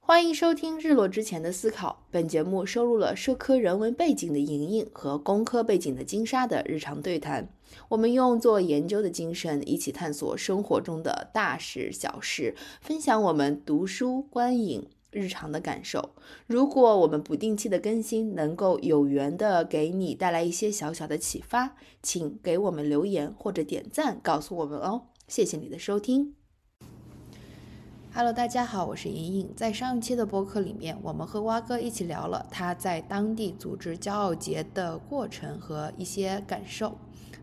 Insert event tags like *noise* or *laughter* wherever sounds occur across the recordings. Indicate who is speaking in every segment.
Speaker 1: 欢迎收听《日落之前的思考》。本节目收录了社科人文背景的莹莹和工科背景的金莎的日常对谈。我们用做研究的精神，一起探索生活中的大事小事，分享我们读书、观影日常的感受。如果我们不定期的更新，能够有缘的给你带来一些小小的启发，请给我们留言或者点赞，告诉我们哦。谢谢你的收听。Hello，大家好，我是莹莹。在上一期的播客里面，我们和蛙哥一起聊了他在当地组织骄傲节的过程和一些感受。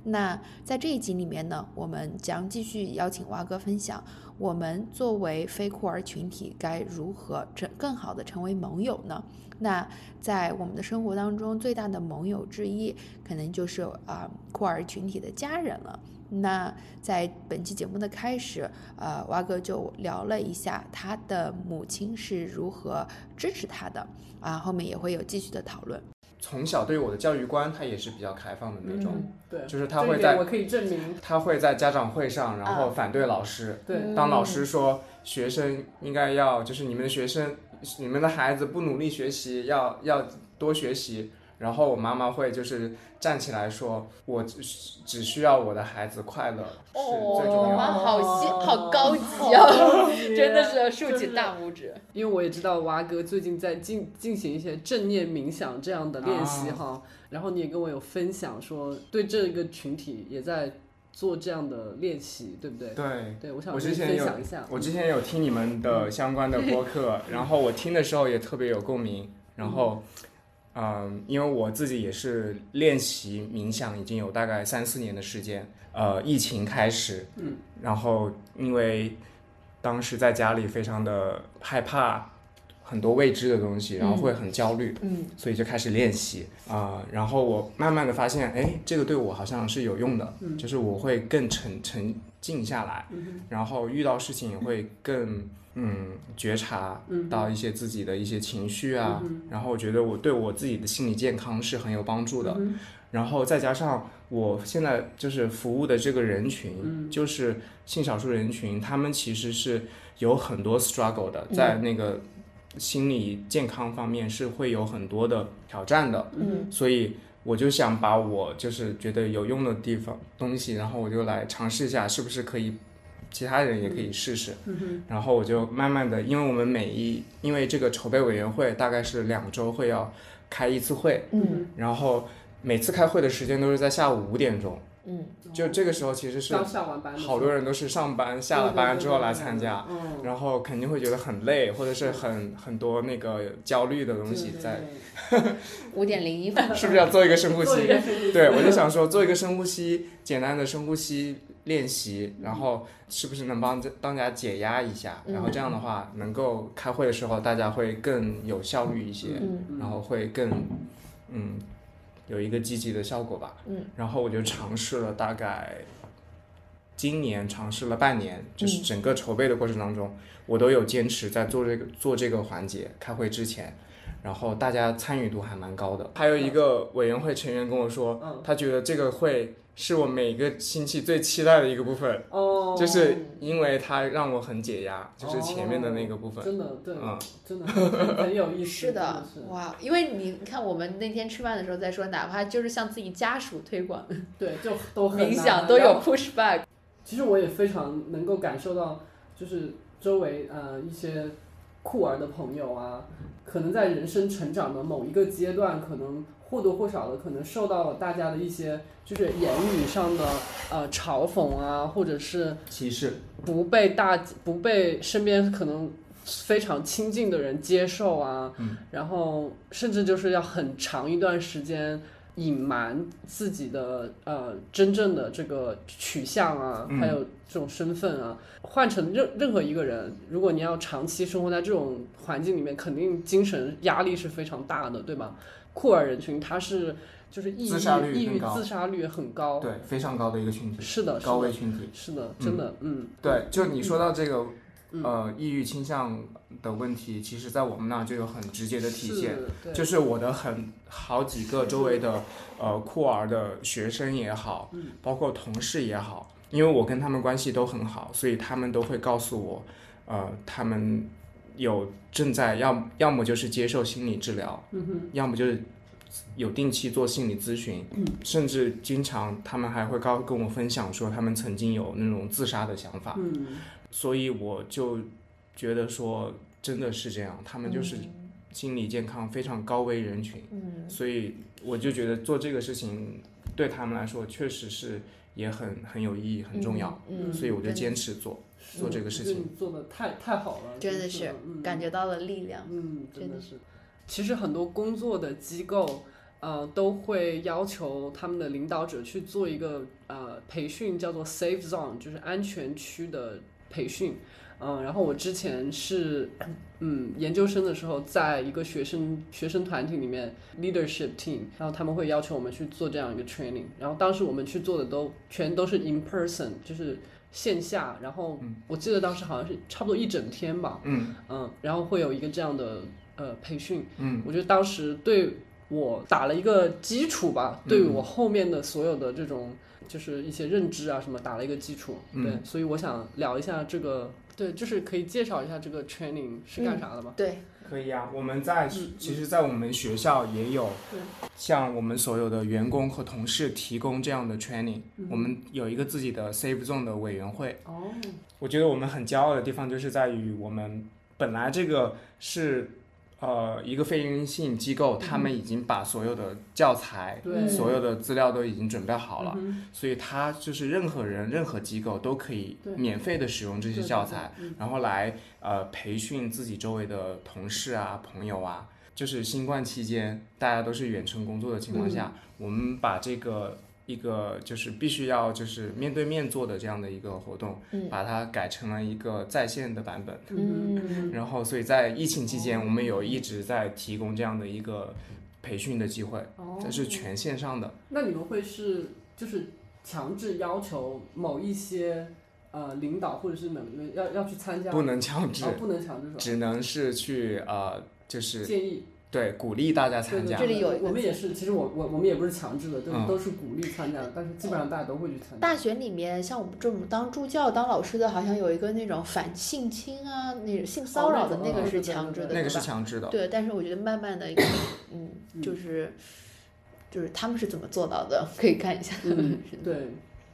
Speaker 1: 那在这一集里面呢，我们将继续邀请蛙哥分享我们作为非酷儿群体该如何成更好的成为盟友呢？那在我们的生活当中，最大的盟友之一，可能就是啊、酷儿群体的家人了。那在本期节目的开始，呃，蛙哥就聊了一下他的母亲是如何支持他的啊，后面也会有继续的讨论。
Speaker 2: 从小对我的教育观，他也是比较开放的那种，
Speaker 3: 嗯对，
Speaker 2: 就是他
Speaker 3: 这
Speaker 2: 会
Speaker 3: 一点
Speaker 2: 在
Speaker 3: 我可以证明，
Speaker 2: 他会在家长会上，然后
Speaker 1: 啊
Speaker 2: 反对老师。
Speaker 3: 对，
Speaker 1: 嗯
Speaker 2: 当老师说学生应该要，就是你们的学生，你们的孩子不努力学习，要要多学习。然后我妈妈会就是站起来说，我只只需要我的孩子快乐是最重要
Speaker 1: 哇
Speaker 3: 哦
Speaker 2: 的。
Speaker 1: 好细，好高级
Speaker 3: 好
Speaker 1: 哦，
Speaker 3: 高级
Speaker 1: 真的是竖起
Speaker 3: 就是
Speaker 1: 大拇指。
Speaker 3: 因为我也知道蛙哥最近在进进行一些正念冥想这样的练习哈，
Speaker 2: 啊
Speaker 3: 然后你也跟我有分享说对这个群体也在做这样的练习，对不对？
Speaker 2: 对，
Speaker 3: 对，我想
Speaker 2: 我
Speaker 3: 跟
Speaker 2: 之
Speaker 3: 你
Speaker 2: 前
Speaker 3: 分
Speaker 2: 有
Speaker 3: 享嗯一下，
Speaker 2: 我之前有听你们的相关的播
Speaker 3: *laughs*
Speaker 2: 客，然后我听的时候也特别有共鸣。然后，嗯、因为我自己也是练习冥想已经有大概三四年的时间，呃，疫情开始，
Speaker 3: 嗯，
Speaker 2: 然后因为当时在家里非常的害怕很多未知的东西，然后会很焦虑，
Speaker 1: 嗯，
Speaker 2: 所以就开始练习啊、然后我慢慢的发现，哎，这个对我好像是有用的，
Speaker 3: 嗯
Speaker 2: 就是我会更沉沉静下来，然后遇到事情也会更嗯觉察
Speaker 3: 嗯
Speaker 2: 到一些自己的一些情绪啊，然后我觉得我对我自己的心理健康是很有帮助的，然后再加上我现在就是服务的这个人群，就是性少数人群，他们其实是有很多 struggle 的，
Speaker 1: 嗯
Speaker 2: 在那个心理健康方面是会有很多的挑战的，
Speaker 1: 嗯
Speaker 2: 所以我就想把我就是觉得有用的地方东西，然后我就来尝试一下，是不是可以其他人也可以试试。
Speaker 3: 嗯
Speaker 2: 然后我就慢慢的，因为我们每一因为这个筹备委员会大概是两周会要开一次会，
Speaker 1: 嗯
Speaker 2: 然后每次开会的时间都是在下午五点钟，
Speaker 1: 嗯，
Speaker 2: 就这个时候其实是
Speaker 3: 刚下完班的时候，
Speaker 2: 好多人都是上班下了班之后来参加。
Speaker 3: 对，对对对对对嗯，
Speaker 2: 然后肯定会觉得很累，或者是很很多那个焦虑的东西在，
Speaker 3: 对对对
Speaker 1: 五点零一 *laughs* 分。
Speaker 2: 是不是要做一个深呼
Speaker 3: 做一
Speaker 2: 吸？
Speaker 3: 个深呼吸
Speaker 2: 对，我就想说做一个深呼吸，简单的深呼吸练习，然后是不是能帮大家解压一下？然后这样的话，能够开会的时候大家会更有效率一些，
Speaker 1: 嗯
Speaker 2: 然后会更嗯有一个积极的效果吧。
Speaker 1: 嗯，
Speaker 2: 然后我就尝试了大概。今年尝试了半年，就是整个筹备的过程当中，我都有坚持在做这个做这个环节，开会之前，然后大家参与度还蛮高的。还有一个委员会成员跟我说，
Speaker 3: 嗯
Speaker 2: 他觉得这个会是我每个星期最期待的一个部分，
Speaker 3: 哦，
Speaker 2: 就是因为它让我很解压，就是前面的那个部分。
Speaker 3: 真的对，
Speaker 2: 嗯，
Speaker 3: 真的很很有意思，
Speaker 1: 嗯是的
Speaker 3: 真，
Speaker 1: 哇！因为你看，我们那天吃饭的时候在说，哪怕就是向自己家属推广
Speaker 3: 是对，就都很
Speaker 1: 冥
Speaker 3: 难
Speaker 1: 想，都
Speaker 3: 然后
Speaker 1: 有 pushback。
Speaker 3: 其实我也非常能够感受到，就是周围呃一些酷儿的朋友啊，可能在人生成长的某一个阶段，可能或多或少的可能受到了大家的一些就是言语上的呃嘲讽啊，或者是
Speaker 2: 歧视，
Speaker 3: 不被大不被身边可能非常亲近的人接受啊，
Speaker 2: 嗯
Speaker 3: 然后甚至就是要很长一段时间隐瞒自己的呃真正的这个取向啊，
Speaker 2: 嗯
Speaker 3: 还有这种身份啊，换成任任何一个人，如果你要长期生活在这种环境里面，肯定精神压力是非常大的，对吧？酷儿人群他是就是抑
Speaker 2: 自杀率
Speaker 3: 郁，抑
Speaker 2: 更
Speaker 3: 郁
Speaker 2: 高
Speaker 3: 自杀率很高，
Speaker 2: 对，非常高的一个群体，
Speaker 3: 是的，是
Speaker 2: 高危
Speaker 3: 的，
Speaker 2: 群体。
Speaker 3: 是的，真的，嗯，
Speaker 2: 对，就你说到这个，
Speaker 3: 嗯
Speaker 2: 呃，抑郁倾向的问题，其实在我们那儿就有很直接的体
Speaker 3: 是
Speaker 2: 现。，
Speaker 3: 对
Speaker 2: 就是我的很好几个周围的呃酷儿的学生也好，
Speaker 3: 嗯
Speaker 2: 包括同事也好，因为我跟他们关系都很好，所以他们都会告诉我，呃，他们有正在要要么就是接受心理治疗，
Speaker 3: 嗯哼，嗯
Speaker 2: 要么就是有定期做心理咨询，甚至经常他们还会告跟我分享说他们曾经有那种自杀的想法，
Speaker 3: 嗯，
Speaker 2: 所以我就觉得说真的是这样，他们就是
Speaker 3: 嗯
Speaker 2: 心理健康非常高危人群，
Speaker 1: 嗯
Speaker 2: 所以我就觉得做这个事情对他们来说确实是也很很有意义，很重要，，
Speaker 1: 嗯，
Speaker 2: 所以我就
Speaker 1: 真的
Speaker 2: 坚持做。
Speaker 3: 嗯
Speaker 2: 做这个事情
Speaker 3: 我觉得你做的太太好了，
Speaker 1: 真的
Speaker 3: 是
Speaker 1: 是，
Speaker 3: 嗯
Speaker 1: 感觉到了力量。
Speaker 3: 嗯，真
Speaker 1: 真
Speaker 3: 的
Speaker 1: 的
Speaker 3: 是。其实很多工作的机构，呃，都会要求他们的领导者去做一个呃培训，叫做 Safe Zone，就是安全区的培训。嗯、然后我之前是，嗯，研究生的时候，在一个学生学生团体里面 leadership team，然后他们会要求我们去做这样一个 training，然后当时我们去做的都全都是 in person，就是线下，然后我记得当时好像是差不多一整天吧，
Speaker 2: 嗯
Speaker 3: 嗯，然后会有一个这样的呃培训，
Speaker 2: 嗯
Speaker 3: 我觉得当时对我打了一个基础吧，
Speaker 2: 嗯
Speaker 3: 对我后面的所有的这种就是一些认知啊什么打了一个基础，
Speaker 2: 嗯
Speaker 3: 对，所以我想聊一下这个，对，就是可以介绍一下这个 training 是干啥的吗？
Speaker 1: 对，
Speaker 2: 可以啊，我们在、
Speaker 3: 嗯
Speaker 2: 其实，在我们学校也有
Speaker 3: 对
Speaker 2: 向我们所有的员工和同事提供这样的 training、我
Speaker 3: 嗯
Speaker 2: 们有一个自己的 Safe Zone 的委员会。
Speaker 3: 哦，
Speaker 2: 我觉得我们很骄傲的地方就是在于我们本来这个是呃一个非营利性机构，他
Speaker 3: 嗯
Speaker 2: 们已经把所有的教材、
Speaker 3: 对，
Speaker 2: 所有的资料都已经准备好了，
Speaker 3: 嗯
Speaker 2: 所以他就是任何人、任何机构都可以
Speaker 3: 对
Speaker 2: 免费的使用这
Speaker 3: 哼，
Speaker 2: 些
Speaker 3: 对嗯
Speaker 2: 教材。，
Speaker 3: 对对
Speaker 2: 然后来呃培训自己周围的同事啊、朋友啊。就是新冠期间，大家都是远程工作的情况下，
Speaker 3: 嗯
Speaker 2: 我们把这个一个就是必须要就是面对面做的这样的一个活动，
Speaker 1: 嗯
Speaker 2: 把它改成了一个在线的版本。
Speaker 3: 嗯嗯
Speaker 1: 嗯
Speaker 2: 然后，所以在疫情期间，我们有一直在提供这样的一个培训的机会，
Speaker 3: 哦，
Speaker 2: 这是全线上的。
Speaker 3: 那你们会是就是强制要求某一些呃领导或者是某要要去参加，
Speaker 2: 不能强制，
Speaker 3: 哦不能强制是吧？
Speaker 2: 只能是去呃，就是
Speaker 3: 建议
Speaker 2: 对鼓励大家参加
Speaker 1: 对。这里有一个
Speaker 3: 我们也是，其实我我我们也不是强制的，都、
Speaker 2: 嗯
Speaker 3: 都是鼓励参加的，但是基本上大家都会去参加。
Speaker 1: 大学里面，像我们这种当助教、当老师的，好像有一个那种反性侵啊、那种性骚扰的
Speaker 3: 哦那
Speaker 1: 那
Speaker 3: 种
Speaker 1: 个
Speaker 3: 哦对
Speaker 1: 是
Speaker 3: 对
Speaker 1: 强制的，
Speaker 3: 对
Speaker 2: 那
Speaker 1: 对
Speaker 2: 个是
Speaker 1: 吧
Speaker 2: 强制的，
Speaker 1: 对，但是我觉得慢慢的，嗯，就是就是他们是怎么做到的，可以看一下。
Speaker 3: 嗯，对，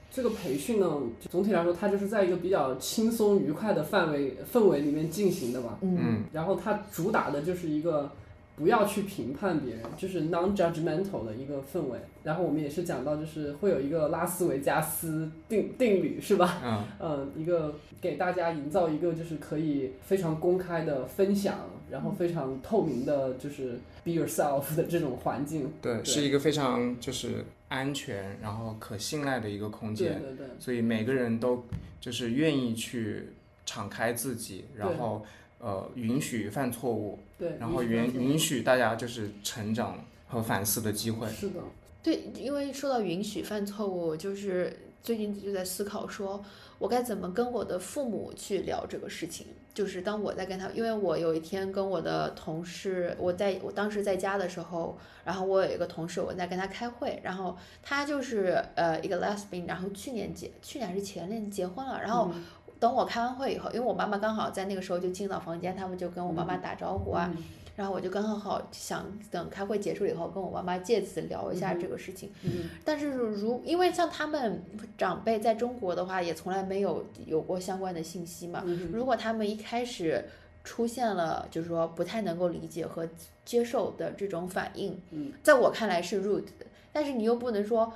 Speaker 3: 这个培训呢，总体来说，它就是在一个比较轻松愉快的范围氛围里面进行的吧。
Speaker 1: 嗯
Speaker 2: 嗯
Speaker 3: 然后它主打的就是一个不要去评判别人，就是 non-judgmental 的一个氛围。然后我们也是讲到，就是会有一个拉斯维加斯定定律，是吧？
Speaker 2: 嗯，
Speaker 3: 嗯，一个给大家营造一个就是可以非常公开的分享，然
Speaker 2: 嗯
Speaker 3: 后非常透明的，就是 be yourself 的这种环境。
Speaker 2: 对，是一个非常就是安全，然后可信赖的一个空
Speaker 3: 对
Speaker 2: 间，
Speaker 3: 对对，
Speaker 2: 所以每个人都就是愿意去敞开自己，
Speaker 3: 对
Speaker 2: 然后呃允许犯错误，
Speaker 3: 对。
Speaker 2: 然后
Speaker 3: 你是
Speaker 2: 允
Speaker 3: 这样
Speaker 2: 允许大家就是成长和反思的机
Speaker 3: 说
Speaker 2: 会
Speaker 3: 的。是的，
Speaker 1: 对，因为说到允许犯错误，就是最近就在思考说，我该怎么跟我的父母去聊这个事情。就是当我在跟他，因为我有一天跟我的同事，我在我当时在家的时候，然后我有一个同事，我在跟他开会，然后他就是呃一个 lesbian，然后去年结，去年还是前年结婚了，然后
Speaker 3: 嗯
Speaker 1: 等我开完会以后，因为我妈妈刚好在那个时候就进到房间，他们就跟我妈妈打招呼啊，
Speaker 3: 嗯
Speaker 1: 然后我就刚好好想等开会结束了以后，跟我妈妈借此聊一下这个事情。
Speaker 3: 嗯
Speaker 1: 但是如因为像他们长辈在中国的话，也从来没有有过相关的信息
Speaker 2: 啊
Speaker 1: 嘛。
Speaker 3: 嗯
Speaker 1: 如果他们一开始出现了就是说不太能够理解和接受的这种反应，
Speaker 3: 嗯，
Speaker 1: 在我看来是 rude 的，但是你又不能说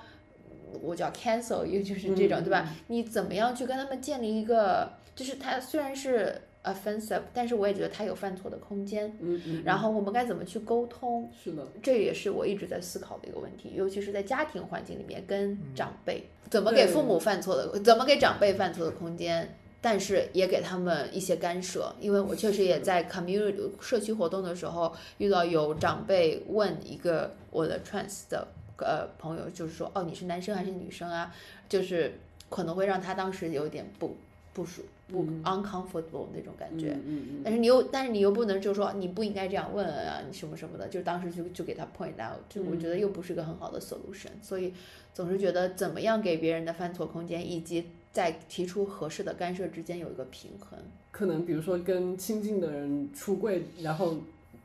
Speaker 1: 嗯我就要 cancel，也 *laughs* 就是这种、
Speaker 3: 嗯
Speaker 1: 对吧？你怎么样去跟他们建立一个，就是他虽然是 offensive，但是我也觉得他有犯错的空间。
Speaker 3: 嗯嗯，
Speaker 1: 然后我们该怎么去沟通？
Speaker 3: 是的，
Speaker 1: 这也是我一直在思考的一个问题，尤其是在家庭环境里面，跟长辈怎么给
Speaker 3: 嗯对
Speaker 1: 父母犯错的，怎么给长辈犯错的空间，但是也给他们一些干涉。因为我确实也在 community 社区活动的时候遇到有长辈问一个我的 trans 的呃朋友，就是说哦你是男生还是女生啊，就是可能会让他当时有点不不舒不
Speaker 3: 嗯
Speaker 1: uncomfortable 那种感觉。
Speaker 3: 嗯嗯嗯
Speaker 1: 但是你又，但是你又不能就说你不应该这样问啊，你什么什么的，就当时就就给他 point out，就我
Speaker 2: 嗯
Speaker 1: 觉得又不是个很好的 solution，、所以总是觉得怎么样给别人的犯错空间，以及在提出合适的干涉之间有一个平衡。
Speaker 3: 可能比如说跟亲近的人出柜，然后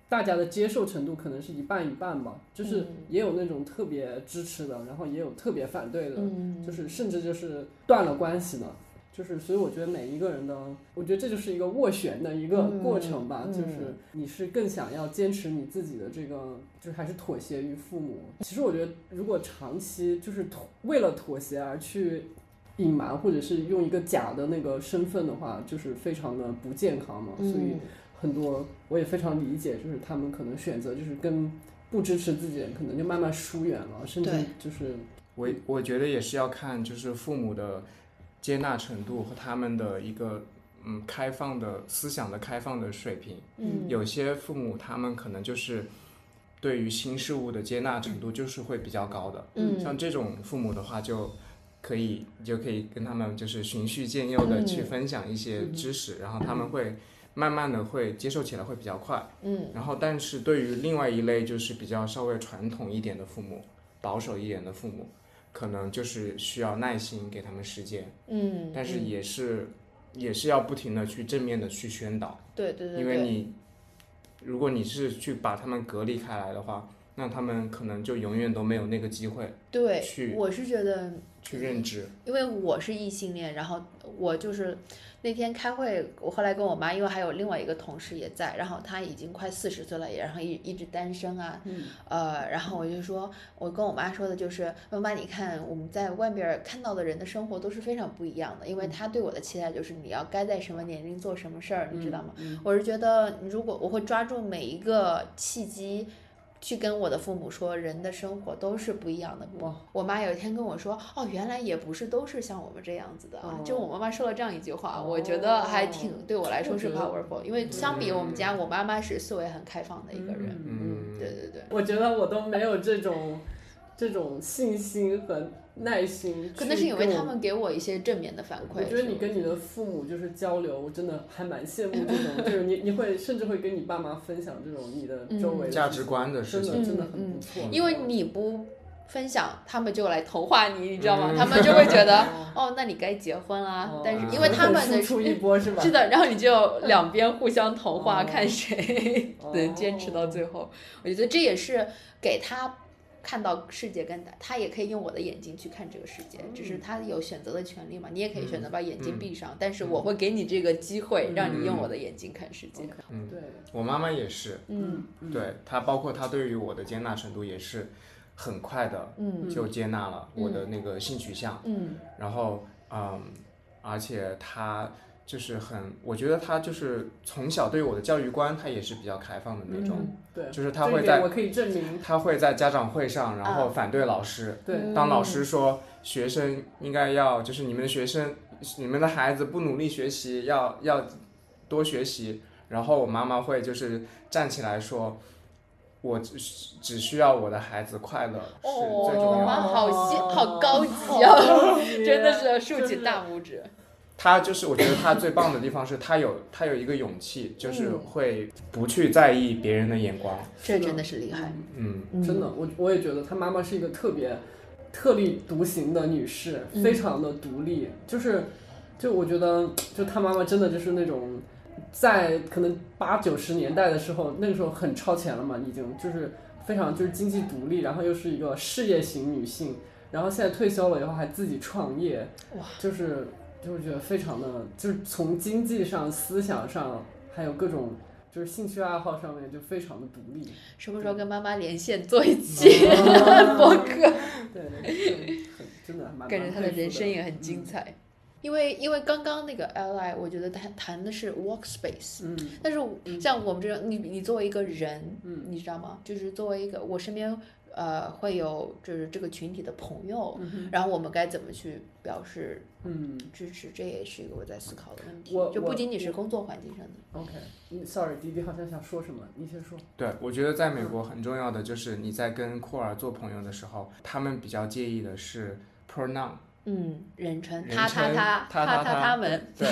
Speaker 3: 大家的接受程度可能是一半一半吧，
Speaker 1: 嗯
Speaker 3: 就是也有那种特别支持的，然后也有特别反对的，
Speaker 1: 嗯
Speaker 3: 就是甚至就是断了关系的。就是，所以我觉得每一个人的，我觉得这就是一个斡旋的一个过程吧。
Speaker 1: 嗯嗯
Speaker 3: 就是你是更想要坚持你自己的这个，就是还是妥协于父母。其实我觉得，如果长期就是妥为了妥协而去隐瞒，或者是用一个假的那个身份的话，就是非常的不健康嘛。所以
Speaker 1: 嗯
Speaker 3: 很多我也非常理解，就是他们可能选择就是跟不支持自己的人，可能就慢慢疏远了，甚至
Speaker 1: 对
Speaker 3: 就是
Speaker 2: 我我觉得也是要看就是父母的接纳程度和他们的一个嗯开放的思想的开放的水平。
Speaker 1: 嗯
Speaker 2: 有些父母他们可能就是对于新事物的接纳程度就是会比较高的，
Speaker 1: 嗯
Speaker 2: 像这种父母的话就。可以，你就可以跟他们就是循序渐诱的去
Speaker 1: 嗯
Speaker 2: 分享一些
Speaker 3: 嗯
Speaker 2: 知识，然后他们会慢慢的会接受起来会比较快。
Speaker 1: 嗯
Speaker 2: 然后，但是对于另外一类就是比较稍微传统一点的父母，保守一点的父母，可能就是需要耐心给他们时间，
Speaker 1: 嗯，
Speaker 2: 但是
Speaker 1: 嗯
Speaker 2: 也是、也是要不停的去正面的去宣导，
Speaker 1: 对对对对，
Speaker 2: 因为你如果你是去把他们隔离开来的话，那他们可能就永远都没有那个机会
Speaker 1: 对，
Speaker 2: 去
Speaker 1: 我是觉得
Speaker 2: 去认知。
Speaker 1: 因为我是异性恋，然后我就是那天开会，我后来跟我妈，因为还有另外一个同事也在，然后她已经快四十岁了，也然后一一直单身啊，
Speaker 3: 嗯
Speaker 1: 呃，然后我就说，我跟我妈说的就是，妈妈，你看我们在外边看到的人的生活都是非常不一样的，因为她对我的期待就是你要该在什么年龄做什么事儿，你知道吗？
Speaker 3: 嗯
Speaker 1: 我是觉得，如果我会抓住每一个契机，去跟我的父母说，人的生活都是不一样的。
Speaker 3: 哇
Speaker 1: 我我妈有一天跟我说，哦，原来也不是都是像我们这样子的啊。就
Speaker 3: 哦
Speaker 1: 我妈妈说了这样一句话，我觉得还挺对我来
Speaker 3: 我
Speaker 1: 说是
Speaker 3: 觉得
Speaker 1: powerful，因为相比我们
Speaker 3: 嗯
Speaker 1: 家，我妈妈是思维很开放的一个人。
Speaker 2: 嗯，
Speaker 1: 对对对，
Speaker 3: 我觉得我都没有这种这种信心和耐心。
Speaker 1: 可能是因为他。们给我一些正面的反
Speaker 3: 我
Speaker 1: 馈。
Speaker 3: 觉得
Speaker 1: 是
Speaker 3: 你
Speaker 1: 吧
Speaker 3: 跟你的父母就是交流，我真的还蛮羡慕这
Speaker 1: *laughs*
Speaker 3: 种，就是你你会甚至会跟你爸妈分享这种你的周围的
Speaker 2: 价
Speaker 3: 事
Speaker 2: 值
Speaker 3: 情，
Speaker 2: 观的事
Speaker 3: 真的
Speaker 2: 情，
Speaker 3: 真的很不错。
Speaker 1: 嗯因为你不分享，他们就来同化你，你知道吗？他们就会觉
Speaker 3: *laughs*
Speaker 1: 得，哦，那你该结婚啦。
Speaker 3: 嗯哦
Speaker 1: 但是因
Speaker 2: 嗯
Speaker 1: 为他们
Speaker 3: 会
Speaker 1: 的
Speaker 3: 输出一波是吧？
Speaker 1: 是的，然后你就两边互相同化，
Speaker 3: 哦
Speaker 1: 看谁能坚持到最后。我觉得这也是给他看到世界更大，他也可以用我的眼睛去看这个世界，只是他有选择的权利嘛。你也可以选择把眼睛闭上，但是我会给你这个机会，让你用我的眼睛看世界。
Speaker 3: 对，
Speaker 2: 嗯我妈妈也是，
Speaker 1: 嗯
Speaker 3: 嗯，
Speaker 2: 对她，包括她对于我的接纳程度也是很快的，
Speaker 1: 嗯
Speaker 2: 就接纳了我的那个性取向，
Speaker 1: 嗯
Speaker 2: 然后嗯，而且她就是很，我觉得她就是从小对我的教育观，她也是比较开放的那种，
Speaker 1: 嗯
Speaker 3: 对，
Speaker 2: 就是她
Speaker 3: 这一
Speaker 2: 会
Speaker 3: 点
Speaker 2: 在
Speaker 3: 我可以证明，
Speaker 2: 她会在家长会上，然后反对老师，
Speaker 3: 对，
Speaker 1: 嗯
Speaker 2: 当老师说学生应该要，就是你们的学生，你们的孩子不努力学习，要要多学习。然后我妈妈会就是站起来说，我只只需要我的孩子快乐是最重
Speaker 1: 哦，
Speaker 2: 要
Speaker 1: 哇，
Speaker 2: 的。
Speaker 1: 好新，好高级哦， *laughs*
Speaker 3: 哦，
Speaker 1: 真的是竖起
Speaker 3: 就是
Speaker 1: 大拇指。
Speaker 2: 她就是我觉得她最棒的地方是她有她有一个勇气，就是会不去在意别人的眼光。
Speaker 1: 这真的是厉害，
Speaker 2: 嗯，
Speaker 3: 真的，我我也觉得她妈妈是一个特别特立独行的女士，
Speaker 1: 嗯
Speaker 3: 非常的独立，就是就我觉得，就她妈妈真的就是那种。在可能八九十年代的时候，那个时候很超前了嘛，已经就是非常就是经济独立，然后又是一个事业型女性，然后现在退休了以后还自己创业，
Speaker 1: 哇，
Speaker 3: 就是就是觉得非常的，就是从经济上、思想上，还有各种就是兴趣爱好上面就非常的独立。
Speaker 1: 什么时候跟妈妈连线做一期播客？
Speaker 3: 对，对，很真的还蛮
Speaker 1: 感觉他的嗯人生也很精。彩。因为因为刚刚那个 ally，我觉得他谈的是 workspace，
Speaker 3: 蛮蛮佩服的嗯
Speaker 1: 但是像我们这种，你你作为一个人，
Speaker 3: 嗯
Speaker 1: 你知道吗？就是作为一个我身边呃会有就是这个群体的朋友，
Speaker 3: 嗯哼
Speaker 1: 然后我们该怎么去表示
Speaker 3: 嗯
Speaker 1: 支持，这也是一个我在思考的问题
Speaker 3: 我。
Speaker 1: 就不
Speaker 3: 我
Speaker 1: 仅仅是工作环境上的，
Speaker 3: ，OK，你 sorry，迪迪好像想说什么，你先说。
Speaker 2: 对，我觉得在美国很重要的就是你在跟酷儿做朋友的时候，他们比较介意的是 pronoun。
Speaker 1: 嗯，人称
Speaker 2: 人
Speaker 1: 他他
Speaker 2: 称
Speaker 1: 他
Speaker 2: 他
Speaker 1: 他
Speaker 2: 他他
Speaker 1: 他们，
Speaker 2: 对，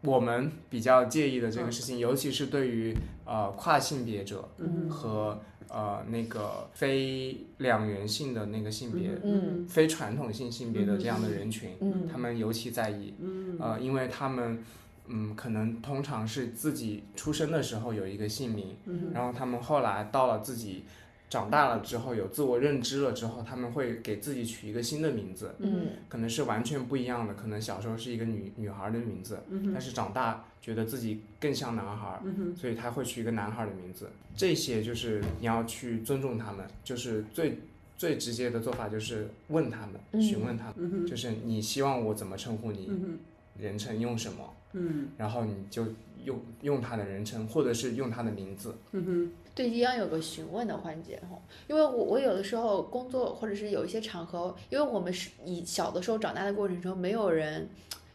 Speaker 2: 我们比较介意的这个事情，尤其是对于呃跨性别者
Speaker 3: 嗯
Speaker 2: 和呃那个非两元性的那个性别、
Speaker 1: 嗯
Speaker 2: 非传统性性别的这样的人群，
Speaker 1: 嗯
Speaker 2: 他们尤其在意，
Speaker 3: 嗯
Speaker 2: 呃，因为他们嗯可能通常是自己出生的时候有一个姓名，
Speaker 3: 嗯
Speaker 2: 然后他们后来到了自己长大了之后有自我认知了之后，他们会给自己取一个新的名字，
Speaker 1: 嗯
Speaker 2: 可能是完全不一样的，可能小时候是一个女女孩的名字，
Speaker 3: 嗯
Speaker 2: 但是长大觉得自己更像男孩，所以他会取一个男孩的名字。这些就是你要去尊重他们，就是最最直接的做法就是问他
Speaker 1: 嗯
Speaker 2: 们，询问他们，
Speaker 3: 嗯哼
Speaker 2: 就是你希望我怎么称呼你，
Speaker 3: 嗯哼
Speaker 2: 人称用什么，
Speaker 3: 嗯
Speaker 2: 然后你就用用他的人称，或者是用他的名字。
Speaker 3: 嗯哼
Speaker 1: 对，一样有个询问的环节哈，因为我我有的时候工作或者是有一些场合，因为我们是以小的时候长大的过程中，没有人，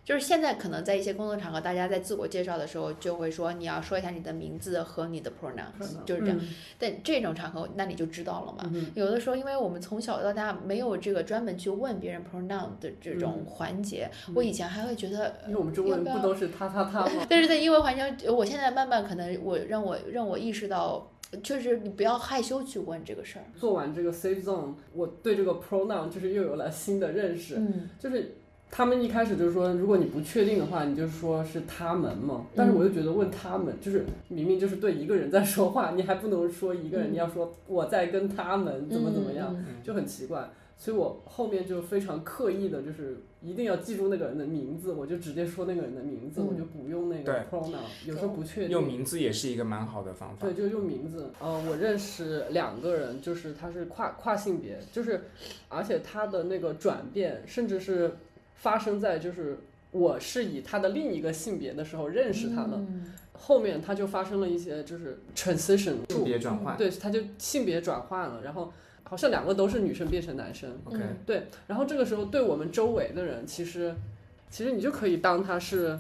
Speaker 1: 就是现在可能在一些工作场合，大家在自我介绍的时候就会说你要说一下你的名字和你的 pronouns，
Speaker 3: pronoun，
Speaker 1: 就是这样。但这种场合，那你就知道了嘛。
Speaker 3: 嗯
Speaker 1: 有的时候，因为我们从小到大没有这个专门去问别人 pronoun 的这种
Speaker 3: 嗯
Speaker 1: 环节，我以前还会觉得呃
Speaker 3: 因为我们中国人
Speaker 1: 要不
Speaker 3: 不
Speaker 1: 要
Speaker 3: 都是他他他吗？
Speaker 1: 但是在英文环境呃中，我现在慢慢可能我让我让我意识到，就是你不要害羞去问这个事儿。
Speaker 3: 做完这个 safe zone，我对这个 pronoun 就是又有了新的认识。
Speaker 1: 嗯
Speaker 3: 就是他们一开始就说，如果你不确定的话，你就说是他们嘛。但
Speaker 1: 嗯
Speaker 3: 是我就觉得问他们，就是明明就是对一个人在说话，你还不能说一个人，
Speaker 1: 嗯
Speaker 3: 你要说我在跟他们怎么怎么样，
Speaker 1: 嗯？
Speaker 2: 嗯
Speaker 3: 就很奇怪。所以我后面就非常刻意的，就是一定要记住那个人的名字，我就直接说那个人的名字，
Speaker 1: 嗯
Speaker 3: 我就不用那
Speaker 2: 对
Speaker 3: 个 pronoun。有时候不确定，
Speaker 2: 用名字也是一个蛮好的方法
Speaker 3: 对，。就用名字。呃，我认识两个人，就是他是跨跨性别，就是而且他的那个转变，甚至是发生在就是我是以他的另一个性别的时候认识他的，
Speaker 1: 嗯
Speaker 3: 后面他就发生了一些就是 transition，
Speaker 2: 性别转换
Speaker 3: 对，他就性别转换了，然后好像两个都是女生变成男生，
Speaker 2: ，OK，
Speaker 1: 嗯
Speaker 3: 对，然后这个时候对我们周围的人，其实其实你就可以当他是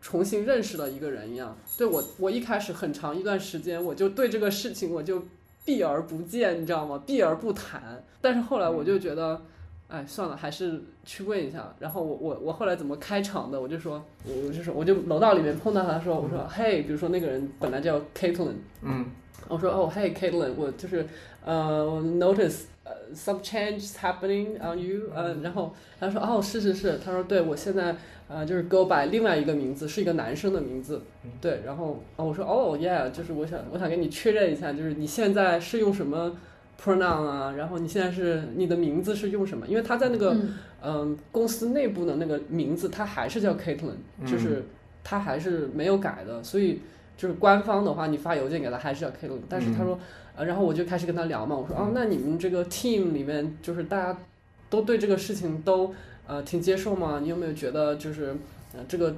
Speaker 3: 重新认识了一个人一样。对我，我一开始很长一段时间，我就对这个事情我就避而不见，你知道吗？避而不谈。但是后来我就觉得。哎，算了，还是去问一下。然后我我我后来怎么开场的？我就说，我我就说，我就楼道里面碰到他说，我说，嘿，比如说那个人本来叫 Caitlin，
Speaker 2: 嗯
Speaker 3: 我说哦，Hey Caitlin，我就是呃我，notice 呃、some changes happening on you，呃，然后他说哦，是是是，他说对我现在呃就是 go by 另外一个名字，是一个男生的名字
Speaker 2: 嗯，
Speaker 3: 对，然后哦我说哦，yeah，就是我想我想跟你确认一下，就是你现在是用什么 pronoun 啊，然后你现在是你的名字是用什么？因为他在那个
Speaker 1: 嗯
Speaker 3: 嗯，公司内部的那个名字，它还是叫 Caitlin，、
Speaker 2: 嗯
Speaker 3: 就是它还是没有改的，所以就是官方的话，你发邮件给他还是叫 Caitlin，但是他说，呃，然后我就开始跟他聊嘛，我说，哦，那你们这个 team 里面就是大家都对这个事情都呃挺接受吗？你有没有觉得就是呃这个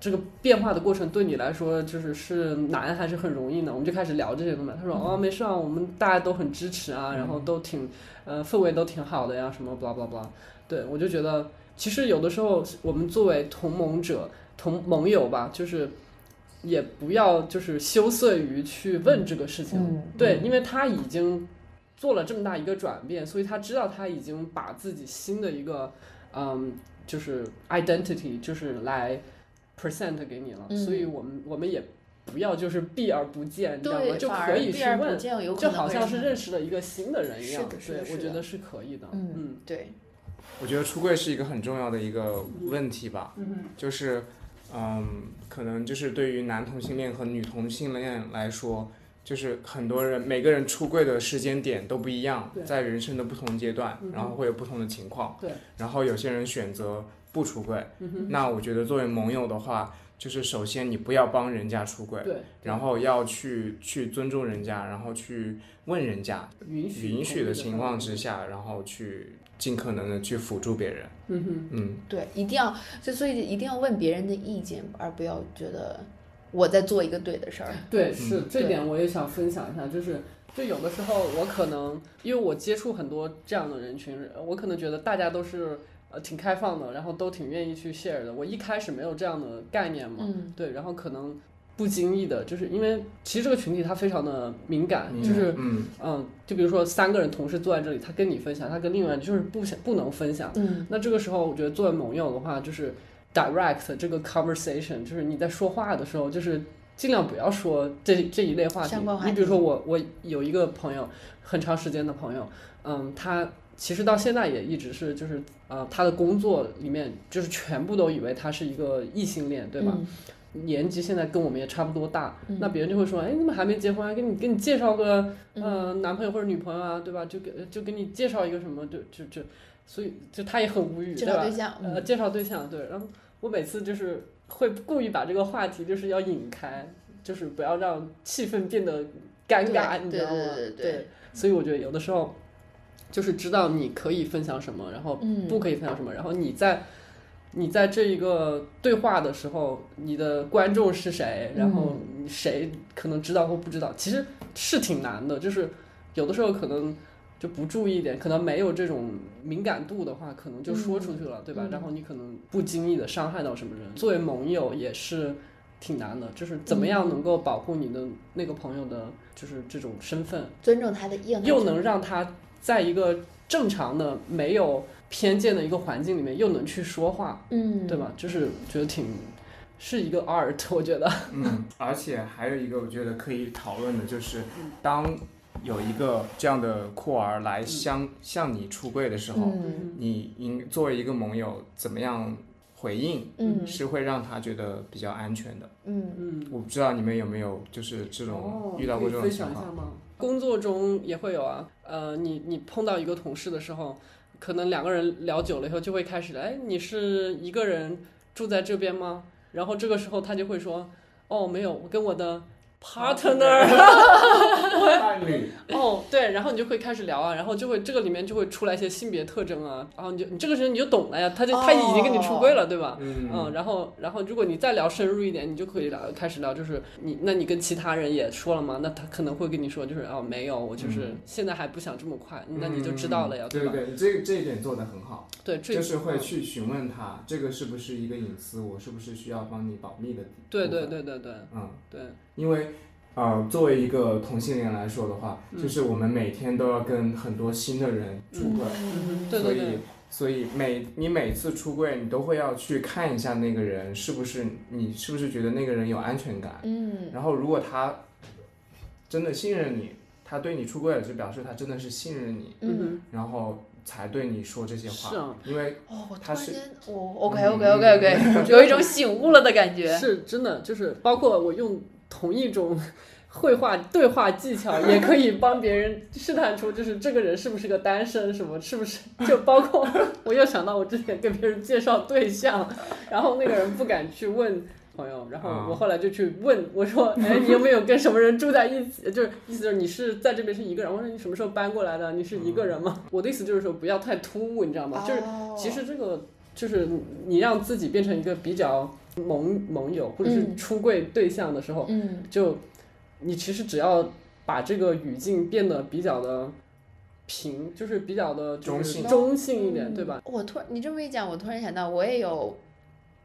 Speaker 3: 这个变化的过程对你来说就是是难还是很容易呢？我们就开始聊这些东西。他说哦没事啊，我们大家都很支持啊，然后都挺呃氛围都挺好的呀，什么 blah blah blah。对我就觉得其实有的时候我们作为同盟者、同盟友吧，就是也不要就是羞涩于去问这个事情，
Speaker 1: 嗯
Speaker 3: 对，因为他已经做了这么大一个转变，所以他知道他已经把自己新的一个嗯，就是 identity，就是来 present 给你了，
Speaker 1: 嗯
Speaker 3: 所以我们我们也不要就是避而不见，你知道吗？
Speaker 1: 对，
Speaker 3: 就
Speaker 1: 反
Speaker 3: 可
Speaker 1: 而
Speaker 3: 以
Speaker 1: 避
Speaker 3: 去
Speaker 1: 而不
Speaker 3: 问，
Speaker 1: 见，有可
Speaker 3: 就
Speaker 1: 能
Speaker 3: 好
Speaker 1: 会
Speaker 3: 像
Speaker 1: 让
Speaker 3: 是
Speaker 1: 他
Speaker 3: 认识了一个新的人一样，
Speaker 1: 是的是的
Speaker 3: 对，
Speaker 1: 是
Speaker 3: 我觉
Speaker 1: 的
Speaker 3: 得是可以的，
Speaker 1: 嗯对，
Speaker 2: 我觉得出柜是一个很重要的一个问题吧。
Speaker 3: 嗯
Speaker 2: 就是，嗯，可能就是对于男同性恋和女同性恋来说，就是很多人每个人出柜的时间点都不一样
Speaker 3: 对，
Speaker 2: 在人生的不同阶段，
Speaker 3: 嗯哼
Speaker 2: 然后会有不同的情况。
Speaker 3: 对，
Speaker 2: 然后有些人选择不出柜，
Speaker 3: 嗯哼，
Speaker 2: 那我觉得作为盟友的话，就是首先你不要帮人家出柜，
Speaker 3: 对，
Speaker 2: 然后要去去尊重人家，然后去问人家，
Speaker 3: 允许
Speaker 2: 允许
Speaker 3: 同
Speaker 2: 的
Speaker 3: 意
Speaker 2: 情况之，下，然后去尽可能的去辅助别人。
Speaker 3: 嗯哼。
Speaker 2: 嗯，
Speaker 1: 对，一定要，就所以一定要问别人的意见，而不要觉得我在做一个对的事儿。
Speaker 3: 对，
Speaker 2: 嗯
Speaker 3: 是这
Speaker 1: 对
Speaker 3: 点我也想分享一下，就是就有的时候我可能因为我接触很多这样的人群，我可能觉得大家都是呃挺开放的，然后都挺愿意去 share 的。我一开始没有这样的概念嘛，
Speaker 1: 嗯
Speaker 3: 对，然后可能不经意的，就是因为其实这个群体它非常的敏感，
Speaker 2: 明白
Speaker 3: 啊就是
Speaker 2: 嗯
Speaker 3: 嗯，就比如说三个人同时坐在这里，他跟你分享，他跟另外就是不想不能分享。
Speaker 1: 嗯
Speaker 3: 那这个时候，我觉得作为盟友的话，就是 direct 这个 conversation，就是你在说话的时候，就是尽量不要说这这一类话题
Speaker 1: 相关话。题
Speaker 3: 你比如说我，我有一个朋友，很长时间的朋友，嗯，他其实到现在也一直是就是呃，他的工作里面就是全部都以为他是一个异性恋，对吧？
Speaker 1: 嗯
Speaker 3: 年纪现在跟我们也差不多大，
Speaker 1: 嗯
Speaker 3: 那别人就会说，哎，你怎么还没结婚啊？给你给你介绍个
Speaker 1: 嗯
Speaker 3: 呃男朋友或者女朋友啊，对吧？就给就给你介绍一个什么，就就就，所以就他也很无语，
Speaker 1: 介
Speaker 3: 对
Speaker 1: 绍
Speaker 3: 吧
Speaker 1: 对？象，
Speaker 3: 呃，
Speaker 1: 嗯，
Speaker 3: 介绍对象，对。然后我每次就是会故意把这个话题就是要引开，就是不要让气氛变得尴尬，
Speaker 1: 对
Speaker 3: 你知道吗？
Speaker 1: 对对对对
Speaker 3: 所以我觉得有的时候就是知道你可以分享什么，然后
Speaker 1: 嗯
Speaker 3: 不可以分享什么，然后你在。你在这一个对话的时候，你的观众是谁？然后
Speaker 1: 嗯
Speaker 3: 你谁可能知道或不知道，其实是挺难的。就是有的时候可能就不注意一点，可能没有这种敏感度的话，可能就说出去了，对吧？
Speaker 1: 嗯
Speaker 3: 然后你可能不经意的伤害到什么人。作为盟友也是挺难的，就是怎
Speaker 1: 嗯
Speaker 3: 么样能够保护你的那个朋友的，就是这种身份，
Speaker 1: 尊重他的硬汉，
Speaker 3: 又能让他在一个正常的、没有偏见的一个环境里面，又能去说话，
Speaker 1: 嗯，
Speaker 3: 对吧？就是觉得挺是一个 art，我 *laughs* 觉得，
Speaker 2: 嗯，而且还有一个我觉得可以讨论的就是，
Speaker 3: 嗯
Speaker 2: 当有一个这样的酷儿来向向你出柜的时候，
Speaker 1: 嗯
Speaker 2: 你应作为一个盟友怎么样回应，
Speaker 1: 嗯
Speaker 2: 是会让他觉得比较安全的。
Speaker 1: 嗯
Speaker 3: 嗯，
Speaker 2: 我不知道你们有没有就是这
Speaker 3: 哦
Speaker 1: 哦
Speaker 2: 种遇到过这种情况？
Speaker 3: 吗？工作中也会有啊，呃，你你碰到一个同事的时候，可能两个人聊久了以后，就会开始，哎，你是一个人住在这边吗？然后这个时候他就会说，哦，没有，我跟我的 partner，
Speaker 2: 伴侣，
Speaker 3: 哦，对，然后你就会开始聊啊，然后就会这个里面就会出来一些性别特征啊，然后你就你这个时候你就懂了呀，他就他已经跟你出柜了，对吧？嗯，
Speaker 2: 嗯，
Speaker 3: 然后，然后，如果你再聊深入一点，你就可以聊，开始聊，就是你，那你跟其他人也说了吗？那他可能会跟你说，就是哦，没有，我就是
Speaker 2: 嗯
Speaker 3: 现在还不想这么快，那你就知道了呀，
Speaker 2: 嗯对
Speaker 3: 吧？
Speaker 2: 对对，这这一点做得很好，
Speaker 3: 对，这
Speaker 2: 就是会
Speaker 3: 嗯
Speaker 2: 去询问他这个是不是一个隐私，我是不是需要帮你保密的？
Speaker 3: 对对，对对对
Speaker 2: 嗯。
Speaker 3: 对，
Speaker 2: 因为，呃，作为一个同性恋来说的话，
Speaker 3: 嗯
Speaker 2: 就是我们每天都要跟很多新的人出柜，
Speaker 1: 嗯
Speaker 3: 对
Speaker 2: 所
Speaker 3: 对
Speaker 2: 以
Speaker 3: 对
Speaker 2: 所以每你每次出柜，你都会要去看一下那个人是不是你是不是觉得那个人有安全感，
Speaker 1: 嗯
Speaker 2: 然后如果他真的信任你，他对你出柜了，就表示他真的是信任你，
Speaker 1: 嗯，
Speaker 3: 嗯
Speaker 2: 然后才对你说这些话，
Speaker 3: 是啊
Speaker 2: 因为
Speaker 1: 哦，我突
Speaker 2: 他
Speaker 1: 然
Speaker 2: 是
Speaker 1: 间，哦，OK OK OK OK，有一 *laughs* 种醒悟了的感觉，
Speaker 3: 嗯是真的，就是包括我用同一种绘画对话技巧，也可以帮别人试探出，就是这个人是不是个单身，什么是不是？就包括我又想到我之前跟别人介绍对象，然后那个人不敢去问。朋友，然后
Speaker 2: 啊
Speaker 3: 我后来就去问，我说：“哎，你有没有跟什么人住在一起？就是意思就是你是在这边是一个人。我说你什么时候搬过来的？你是一个人吗？我的意思就是说不要太突兀，你知道吗？就是
Speaker 1: 哦
Speaker 3: 其实这个就是你让自己变成一个比较盟盟友或者是
Speaker 1: 嗯
Speaker 3: 出柜对象的时候，
Speaker 1: 嗯
Speaker 3: 就你其实只要把这个语境变得比较的平，就是比较的就是
Speaker 2: 中性
Speaker 3: 中性一点，
Speaker 1: 嗯
Speaker 3: 对吧？？
Speaker 1: 我突然你这么一讲，我突然想到，我也有。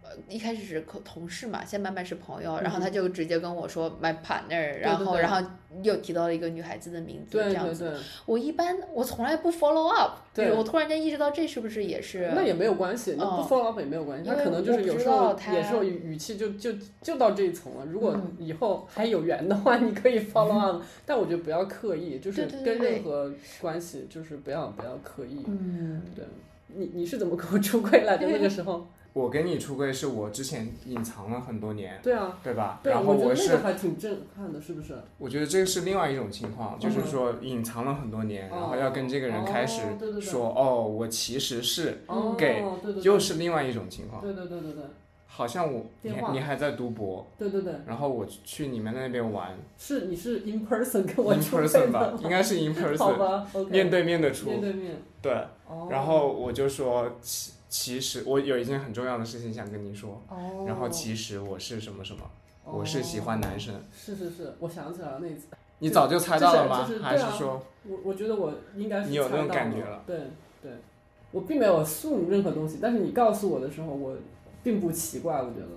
Speaker 1: 呃一开始是同同事嘛，现在慢慢是朋友，然后
Speaker 3: 嗯
Speaker 1: 他就直接跟我说 my partner，
Speaker 3: 对
Speaker 1: 然后
Speaker 3: 对
Speaker 1: 然后又提到了一个女孩子的名字，
Speaker 3: 对
Speaker 1: 这样
Speaker 3: 对
Speaker 1: 子。
Speaker 3: 对，
Speaker 1: 我一般我从来不 follow up，
Speaker 3: 对
Speaker 1: 就是我突然间意识到这是不是也是？
Speaker 3: 那也没有关系，那
Speaker 1: 哦
Speaker 3: 不 follow up 也没有关系。
Speaker 1: 因
Speaker 3: 他
Speaker 1: 为
Speaker 3: 可能就
Speaker 1: 我
Speaker 3: 是
Speaker 1: 不
Speaker 3: 有
Speaker 1: 知
Speaker 3: 时
Speaker 1: 道
Speaker 3: 候
Speaker 1: 他
Speaker 3: 也是有语语气就就就到这一层了。如果
Speaker 1: 嗯
Speaker 3: 以后还有缘的话，你
Speaker 1: *laughs*
Speaker 3: 可以 follow up，但我觉得不要刻意，就是
Speaker 1: 对对
Speaker 3: 跟
Speaker 1: 对
Speaker 3: 任何关系就是不要不要刻意。
Speaker 1: 嗯，
Speaker 3: 对，你你是怎么跟我出柜来的那个时候？
Speaker 2: 我跟你出柜是我之前隐藏了很多年，
Speaker 3: 对啊，
Speaker 2: *laughs* 对吧？
Speaker 3: 对啊，
Speaker 2: 然后
Speaker 3: 我觉得
Speaker 2: 是
Speaker 3: 那个还挺震撼的，是不是？
Speaker 2: 我觉得这是另外一种情况，就是
Speaker 3: 嗯
Speaker 2: 说隐藏了很多年，
Speaker 3: 哦
Speaker 2: 然后要跟这个人开始
Speaker 3: 哦对对对
Speaker 2: 说哦，我其实是，
Speaker 3: 哦，
Speaker 2: 给
Speaker 3: 对对对，
Speaker 2: 又是另外一种情况。
Speaker 3: 对对对对对
Speaker 2: 好像我你
Speaker 3: 电话
Speaker 2: 你还在读博，
Speaker 3: 对对对，
Speaker 2: 然后我去你们那边玩
Speaker 3: 是你是 in person 跟 *laughs* 我
Speaker 2: ，in
Speaker 3: 出柜的
Speaker 2: person 吧
Speaker 3: 吗，
Speaker 2: 应该是 in
Speaker 3: *laughs* 好
Speaker 2: person，
Speaker 3: 吧，OK，
Speaker 2: 面对面的
Speaker 3: 面
Speaker 2: 出，
Speaker 3: 对面，
Speaker 2: 对。
Speaker 3: 哦，
Speaker 2: 然后我就说，其其实我有一件很重要的事情想跟你说，
Speaker 3: 哦，
Speaker 2: 然后其实我是什么什么，我是喜欢男生
Speaker 3: 哦，，是是是，我想起来了那一次，
Speaker 2: 你早就猜到了吗
Speaker 3: 就是就？是
Speaker 2: 还
Speaker 3: 对啊
Speaker 2: 是说
Speaker 3: 我我觉得我应该是
Speaker 2: 你有那种
Speaker 3: 猜到
Speaker 2: 感觉了，
Speaker 3: 对对，我并没有 assume 任何东西，但是你告诉我的时候，我并不奇怪，我觉得。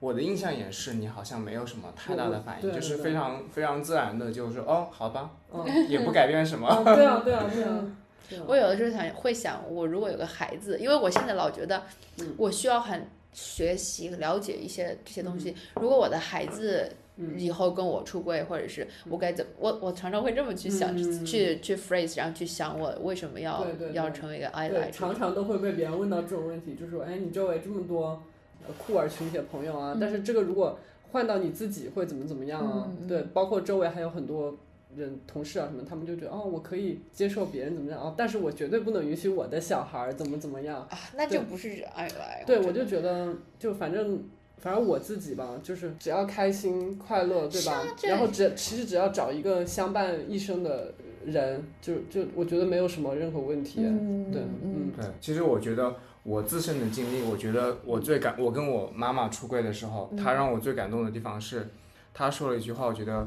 Speaker 2: 我的印象也是，你好像没有什么太大的反应，
Speaker 3: 对
Speaker 2: 就
Speaker 3: 对
Speaker 2: 是非常非常自然的，就是说哦，好
Speaker 3: *laughs*
Speaker 2: 吧，
Speaker 3: 嗯，
Speaker 2: 也不改变什
Speaker 3: *laughs*
Speaker 1: *laughs*
Speaker 2: 么。
Speaker 3: 哦对啊，对啊，对啊，对啊
Speaker 1: 我有的时候想会想，我如果有个孩子，因为我现在老觉得
Speaker 3: 嗯嗯
Speaker 1: 我需要很学习了解一些这些东西。如果我的孩子以后跟我出柜，或者是我该怎么，我我常常会这么去想，
Speaker 3: 嗯
Speaker 1: 去去 phrase，然后去想我为什么要
Speaker 3: 对对对
Speaker 1: 要成为一个 I
Speaker 3: 对，
Speaker 1: 来
Speaker 3: 常常都会被别人问到这种问题，就说：“哎，你周围这么多呃酷儿群体的朋友啊，但是这个如果换到你自己会怎么怎么样啊？”
Speaker 1: 嗯嗯嗯
Speaker 3: 对，包括周围还有很多人同事啊什么，他们就觉得哦，我可以接受别人怎么样啊，但是我绝对不能允许我的小孩儿怎么怎么样。
Speaker 1: 啊，那就不是 I 来。
Speaker 3: 对，我就觉得就反正。反正我自己吧，就是只要开心快乐，对
Speaker 1: 是
Speaker 3: 吧？
Speaker 1: 啊这
Speaker 3: 然后只其实只要找一个相伴一生的人，就就我觉得没有什么任何问题。
Speaker 1: 嗯
Speaker 3: 对，
Speaker 1: 嗯，
Speaker 2: 对，其实我觉得我自身的经历，我觉得我最感，我跟我妈妈出柜的时
Speaker 3: 嗯
Speaker 2: 候，她让我最感动的地方是，她说了一句话，我觉得，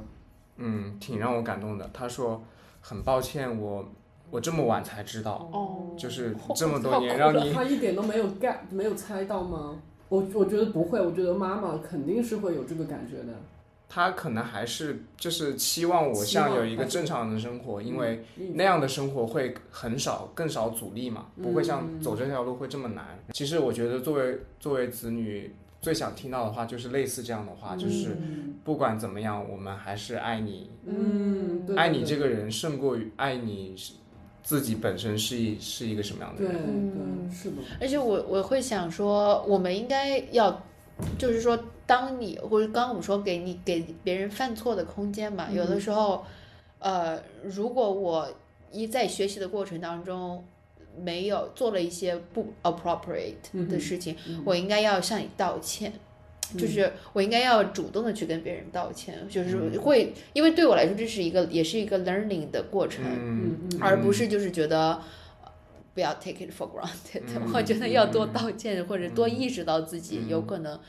Speaker 2: 嗯，挺让我感动的。她说，很抱歉，我我这么晚才知道，
Speaker 1: 哦
Speaker 3: *laughs*
Speaker 2: 就是
Speaker 1: 哦
Speaker 2: 这么多
Speaker 1: 好
Speaker 2: 年
Speaker 1: 哭
Speaker 2: 让
Speaker 1: 了
Speaker 2: 你
Speaker 3: 他一点都没有 get，没有猜到吗？我我觉得不会，我觉得妈妈肯定是会有这个感觉的。
Speaker 2: 他可能还是就是期望我
Speaker 3: 期望
Speaker 2: 像有一个
Speaker 3: 还是
Speaker 2: 正常的生活，因为
Speaker 3: 嗯
Speaker 2: 那样的生活会很少，更少阻力嘛，不会像
Speaker 3: 嗯
Speaker 2: 走这条路会这么难。其实我觉得作为作为子女，最想听到的话就是类似这样的话，就是
Speaker 3: 嗯
Speaker 2: 不管怎么样，我们还是爱你，
Speaker 3: 嗯，对
Speaker 2: 爱你这
Speaker 3: 个
Speaker 2: 个人胜过于爱你是自己本身是一是一个什么样的
Speaker 3: 对
Speaker 2: 人。
Speaker 1: 嗯
Speaker 3: 对是的，
Speaker 1: 而且我我会想说，我们应该要，就是说，当你或者刚刚我们说给你给别人犯错的空间嘛，有的时候，呃，如果我一在学习的过程当中没有做了一些不 appropriate
Speaker 3: 嗯
Speaker 1: 的
Speaker 3: 哼
Speaker 1: 事情，
Speaker 3: 嗯
Speaker 1: 我应该要向你道歉。就是我应该要主动的去跟别人道歉，就是会，因为对我来说这是一个也是一个 learning 的过程，
Speaker 2: 嗯，
Speaker 3: 嗯嗯
Speaker 1: 而不是就是觉得呃不要 take it for granted，、
Speaker 2: 嗯
Speaker 1: 我觉得要多
Speaker 2: 嗯
Speaker 1: 道歉、或者多意识到自己、有
Speaker 2: 嗯
Speaker 1: 可能，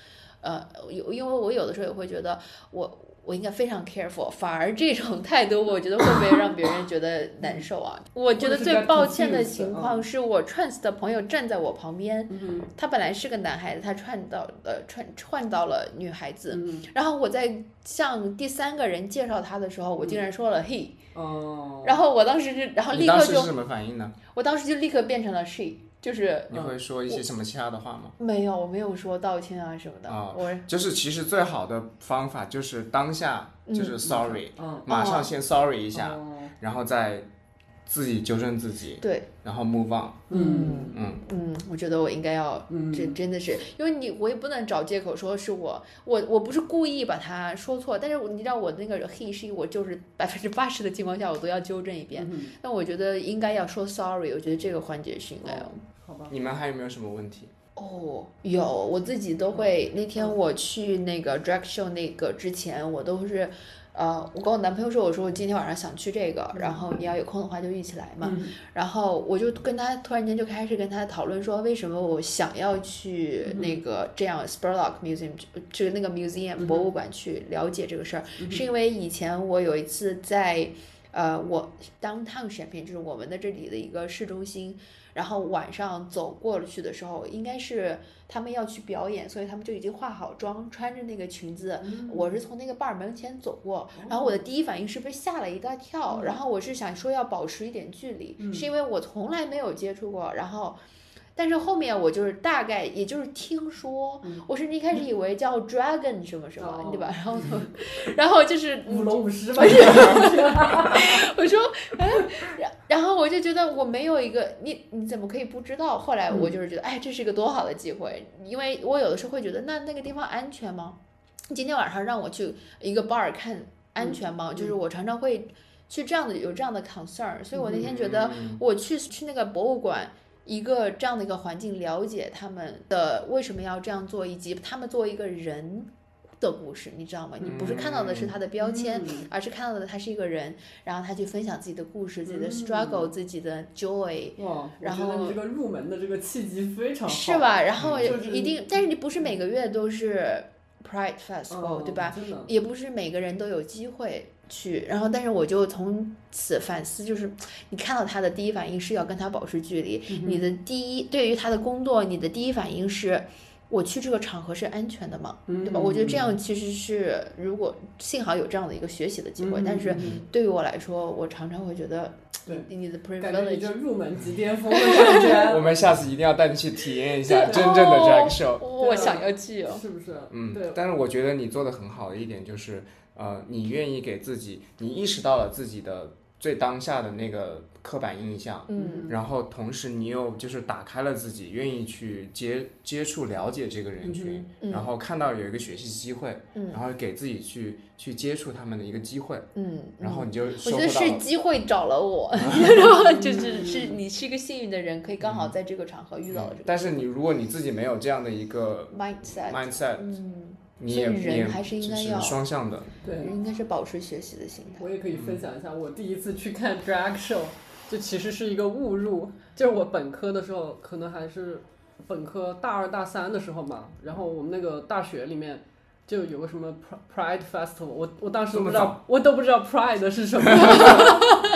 Speaker 1: 呃，有因为我有的时候也会觉得我我应该非常 careful，反而这种态度我觉得会不会让别人觉得难受啊？我觉
Speaker 3: 或
Speaker 1: 得
Speaker 3: 者是
Speaker 1: 最
Speaker 3: 在
Speaker 1: 抱歉的
Speaker 3: confused，
Speaker 1: 情
Speaker 3: 嗯
Speaker 1: 况是我 trans 的朋友站在我旁边，
Speaker 3: 嗯哼
Speaker 1: 他本来是个男孩子，他串到呃串串到了女孩子。
Speaker 3: 嗯
Speaker 1: 然后我在向第三个人介绍他的时候，我竟然说了 he，、
Speaker 3: 哦，
Speaker 1: 然后我当时就，然后
Speaker 2: 你
Speaker 1: 立
Speaker 2: 当
Speaker 1: 刻
Speaker 2: 时
Speaker 1: 就是
Speaker 2: 什么反应呢？
Speaker 1: 我当时就立刻变成了 she，就是
Speaker 2: 你
Speaker 3: 嗯
Speaker 2: 会说一些什么其他的话吗？
Speaker 1: 没有，我没有说道歉啊什么的，
Speaker 2: 啊
Speaker 1: 我
Speaker 2: 就是其实最好的方法就是当下就
Speaker 1: 嗯
Speaker 2: 是 sorry，、
Speaker 3: 嗯
Speaker 2: 马上先 sorry 一下，
Speaker 3: 哦
Speaker 2: 然后再自己纠正自己，
Speaker 1: 对，
Speaker 2: 然后 move on。
Speaker 3: 嗯
Speaker 2: 嗯，
Speaker 1: 嗯，我觉得我应该要。
Speaker 3: 嗯
Speaker 1: 这真的是，因为你我也不能找借口说是我，我我不是故意把它说错，但是我你知道我那个 he she，我就是 *laughs* 百分之八十的情况下我都要纠正一遍。
Speaker 3: 嗯
Speaker 1: 但我觉得应该要说 sorry，我觉得这个环节是应该要
Speaker 3: 哦好吧，
Speaker 2: 你们还有没有什么问题？
Speaker 1: 哦，有，我自己都会。那天我去那个 drag show 那个之前，我都是，呃，我跟我男朋友说，我说我今天晚上想去这个，然后你要有空的话就一起来嘛。
Speaker 3: 嗯
Speaker 1: 然后我就跟他突然间就开始跟他讨论说，为什么我想要去那个这样 Spurlock Museum 去那个 museum 博物馆去了解这个事儿，是
Speaker 3: 嗯
Speaker 1: 因为以前我有一次在。呃，我 downtown 选片就是我们的这里的一个市中心，然后晚上走过去的时候，应该是他们要去表演，所以他们就已经化好妆，穿着那个裙子，
Speaker 3: 嗯
Speaker 1: 我是从那个巴尔门前走过，
Speaker 3: 哦
Speaker 1: 然后我的第一反应是被吓了一大跳，然后我是想说要保持一点距离，是因为我从来没有接触过，然后。但是后面我就是大概，也就是听说，我甚至一开始以为叫 dragon 什么什么，
Speaker 3: 哦
Speaker 1: 对吧？然后，然后就是
Speaker 3: 舞龙舞狮吧，嗯
Speaker 1: *laughs* 我说，哎，然然后我就觉得我没有一个你你怎么可以不知道？后来我就是觉得，哎，这是一个多好的机会，因为我有的时候会觉得，那那个地方安全吗？今天晚上让我去一个 bar 看安全吗？就是我常常会去这样的有这样的 concern，所以我那天觉得
Speaker 2: 嗯
Speaker 1: 我去去那个博物馆。一个这样的一个环境，了解他们的为什么要这样做，以及他们作为一个人的故事，你知道吗？你不是看到的是他的标签，
Speaker 3: 嗯
Speaker 1: 而是看到的他是一个人，然后他去分享自己的故事、自
Speaker 3: 嗯
Speaker 1: 己的 struggle、自己的 joy，
Speaker 3: 哇，我
Speaker 1: 然
Speaker 3: 觉得
Speaker 1: 后
Speaker 3: 你这个入门的这个契机非常好，嗯
Speaker 1: 是？吧？然后
Speaker 3: 就是
Speaker 1: 一定，但是你不是每个月都是 Pride Festival，、
Speaker 3: 哦，
Speaker 1: 对吧？
Speaker 3: 真的，
Speaker 1: 也不是每个人都有机会去，然后但是我就从此反思，就是你看到他的第
Speaker 3: 嗯
Speaker 1: 一反应是要跟他保持距离，你的第一对于他的工作，你的第一反应是我去这个场合是安全的吗？
Speaker 3: 嗯
Speaker 1: 对吧？我觉得这样其实是，如果幸好有这样的一个学习的机会，但是
Speaker 2: 嗯
Speaker 1: 对于我来说，我常常会觉得
Speaker 3: 对
Speaker 1: 你你的
Speaker 3: 感觉你
Speaker 1: privilege
Speaker 3: 就入门级
Speaker 1: *laughs*
Speaker 3: 巅峰的感觉，
Speaker 2: 我们下次一定要带你去体验一下
Speaker 1: 对
Speaker 2: 真正的
Speaker 1: 哦
Speaker 2: drag show。
Speaker 1: 我想要去哦。
Speaker 3: *laughs* 是不是？
Speaker 2: 嗯
Speaker 3: 对，，
Speaker 2: 但是我觉得你做的很好的一点就是，呃，你愿意给自己，你意识到了自己的最当下的那个刻板印象，
Speaker 1: 嗯，
Speaker 2: 然后同时你又就是打开了自己，愿意去接接触、了解这个人群，
Speaker 1: 嗯
Speaker 2: 然后看到有一个学习机会，
Speaker 1: 嗯
Speaker 2: 然后给自己去去接触他们的一个机会，
Speaker 1: 嗯，
Speaker 2: 然后你就
Speaker 1: 我
Speaker 2: 收
Speaker 1: 觉
Speaker 2: 获
Speaker 1: 得
Speaker 2: 到
Speaker 1: 是
Speaker 2: 了。
Speaker 1: 机会找了
Speaker 2: *laughs*
Speaker 1: 我，然后就是是你是一个幸运的人，可以刚
Speaker 2: 嗯
Speaker 1: 好在这个场合遇到了这个
Speaker 2: 但是你如果你自己没有这样的一个
Speaker 1: mindset。
Speaker 2: mindset，
Speaker 1: 嗯，
Speaker 2: 嗯你
Speaker 1: 所以
Speaker 2: 也你
Speaker 1: 人
Speaker 2: 也
Speaker 1: 还是应
Speaker 2: 就
Speaker 1: 该要
Speaker 2: 双向的，
Speaker 3: 对，
Speaker 1: 应该是保持学习的心态
Speaker 3: 我。也可以分享一下我第一次去看 drag show，这其实是一个误入，就是我本科的时候，可能还是本科大二大三的时候嘛，然后我们那个大学里面。就有个什么 Pri- Pride Festival，我我当时都不知
Speaker 2: 这么
Speaker 3: 道，我都不知道 Pride
Speaker 2: *laughs*
Speaker 3: 是什么，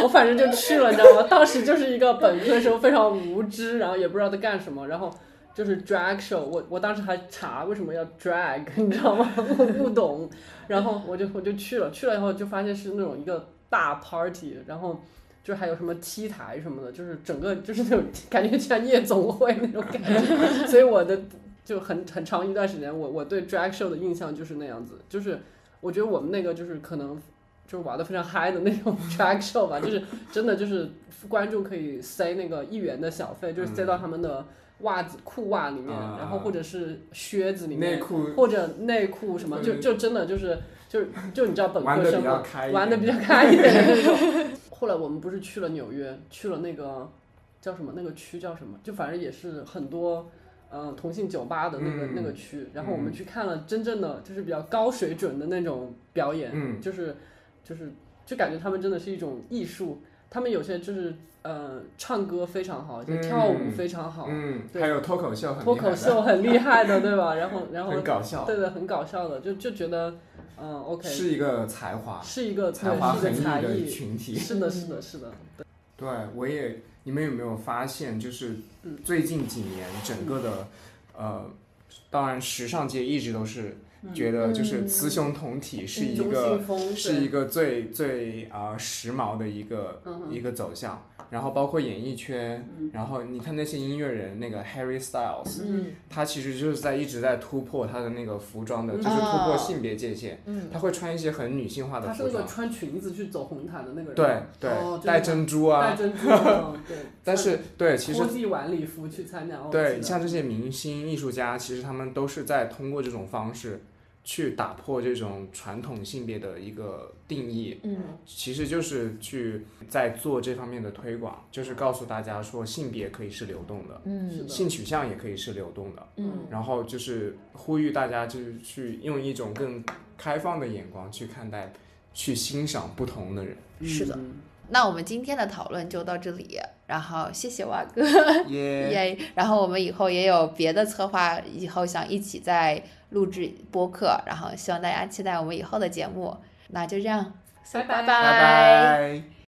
Speaker 3: 我反正就去了，你知道吗？当时就是一个本科的时候非常无知，然后也不知道在干什么，然后就是 drag show，我我当时还查为什么要 drag，你知道吗？ *laughs* 我不懂，然后我就我就去了，去了以后就发现是那种一个大 party，然后就还有什么 T 台什么的，就是整个就是那种 *laughs* 感觉像夜总会那种感觉，所以我的就很很长一段时间，我我对 drag show 的印象就是那样子，就是我觉得我们那个就是可能。就是玩的非常嗨的那种 *laughs* drag show 吧，就是真的就是观众可以塞那个一元的小费，就是塞到他们的袜子、裤袜里面，
Speaker 2: 啊
Speaker 3: 然后或者是靴子里面，
Speaker 2: 内裤
Speaker 3: 或者内裤什么，就就真的就是就就你知道本
Speaker 2: 玩
Speaker 3: 科
Speaker 2: 的
Speaker 3: 生
Speaker 2: 比较
Speaker 3: 嘛，
Speaker 2: 开一点，
Speaker 3: 玩的比较开一点的那种。
Speaker 2: *laughs*
Speaker 3: 后来我们不是去了纽约，去了那个叫什么那个区叫什么，就反正也是很多。呃，同性酒吧的那个、
Speaker 2: 嗯
Speaker 3: 那个区，然后我们去看了真正的就是比较高水准的那种表演，
Speaker 2: 嗯
Speaker 3: 就是就是就感觉他们真的是一种艺术，他们有些就是呃唱歌非常好，就跳舞
Speaker 2: 嗯
Speaker 3: 非常好，
Speaker 2: 嗯，
Speaker 3: 对
Speaker 2: 还有脱口秀很厉害的，
Speaker 3: 脱口秀很厉害的，对吧？然后然后
Speaker 2: 很搞笑，
Speaker 3: 对对，很搞笑的，就就觉得，嗯，OK，
Speaker 2: 是一个才华，
Speaker 3: 是一个
Speaker 2: 才华横
Speaker 3: 对是一个才
Speaker 2: 溢的
Speaker 3: 艺，
Speaker 2: 群体。
Speaker 3: 是的，是的，是的，
Speaker 2: 对，我也，你们有没有发现，就是
Speaker 3: 嗯
Speaker 2: 最近几年整个的，呃，当然时尚界一直都是觉得就是雌雄同体 *laughs* 是一
Speaker 3: 中
Speaker 2: 个
Speaker 3: 性风
Speaker 2: 是一
Speaker 3: 对
Speaker 2: 个最最啊、呃时髦的一个、
Speaker 3: 嗯哼嗯
Speaker 2: 一个走向，然后包括演艺圈，然后你看那些音乐人，那个 Harry Styles，
Speaker 1: 嗯
Speaker 2: 他其实就是在一直在突破他的那个服装的，
Speaker 3: 嗯
Speaker 2: 就
Speaker 3: 啊
Speaker 2: 是突破
Speaker 1: 哦
Speaker 2: 性别界限，
Speaker 1: 嗯
Speaker 2: 他会穿一些很女性化的
Speaker 3: 他是
Speaker 2: 服
Speaker 3: 那个
Speaker 2: 装，
Speaker 3: 穿裙子去走红毯的那个人，
Speaker 2: 对对，
Speaker 3: 哦就是
Speaker 2: 戴
Speaker 3: 他
Speaker 2: 珍珠啊
Speaker 3: 戴，珍珠，嗯对，
Speaker 2: *laughs* 但是对，其实
Speaker 3: 穿国际晚礼服去参加，哦
Speaker 2: 对，
Speaker 3: 我
Speaker 2: 你
Speaker 3: 记得
Speaker 2: 像这些明星、艺术家，其实他们都是在通过这种方式去打破这种传统性别的一个定义，
Speaker 1: 嗯
Speaker 2: 其实就是去在做这方面的推广，就是告诉大家说性别可以是流动的，
Speaker 1: 嗯
Speaker 3: 是的
Speaker 2: 性取向也可以是流动的，
Speaker 1: 嗯
Speaker 2: 然后就是呼吁大家就是去用一种更开放的眼光去看待、去欣赏不同的人。
Speaker 1: 是的
Speaker 3: 嗯
Speaker 1: 那我们今天的讨论就到这里，然后谢谢蛙哥，
Speaker 2: 耶、
Speaker 1: 耶！然后我们以后也有别的策划，以后想一起再录制播客，然后希望大家期待我们以后的节目。那就这样，
Speaker 3: 拜
Speaker 1: 拜
Speaker 2: 拜
Speaker 3: 拜
Speaker 2: 拜。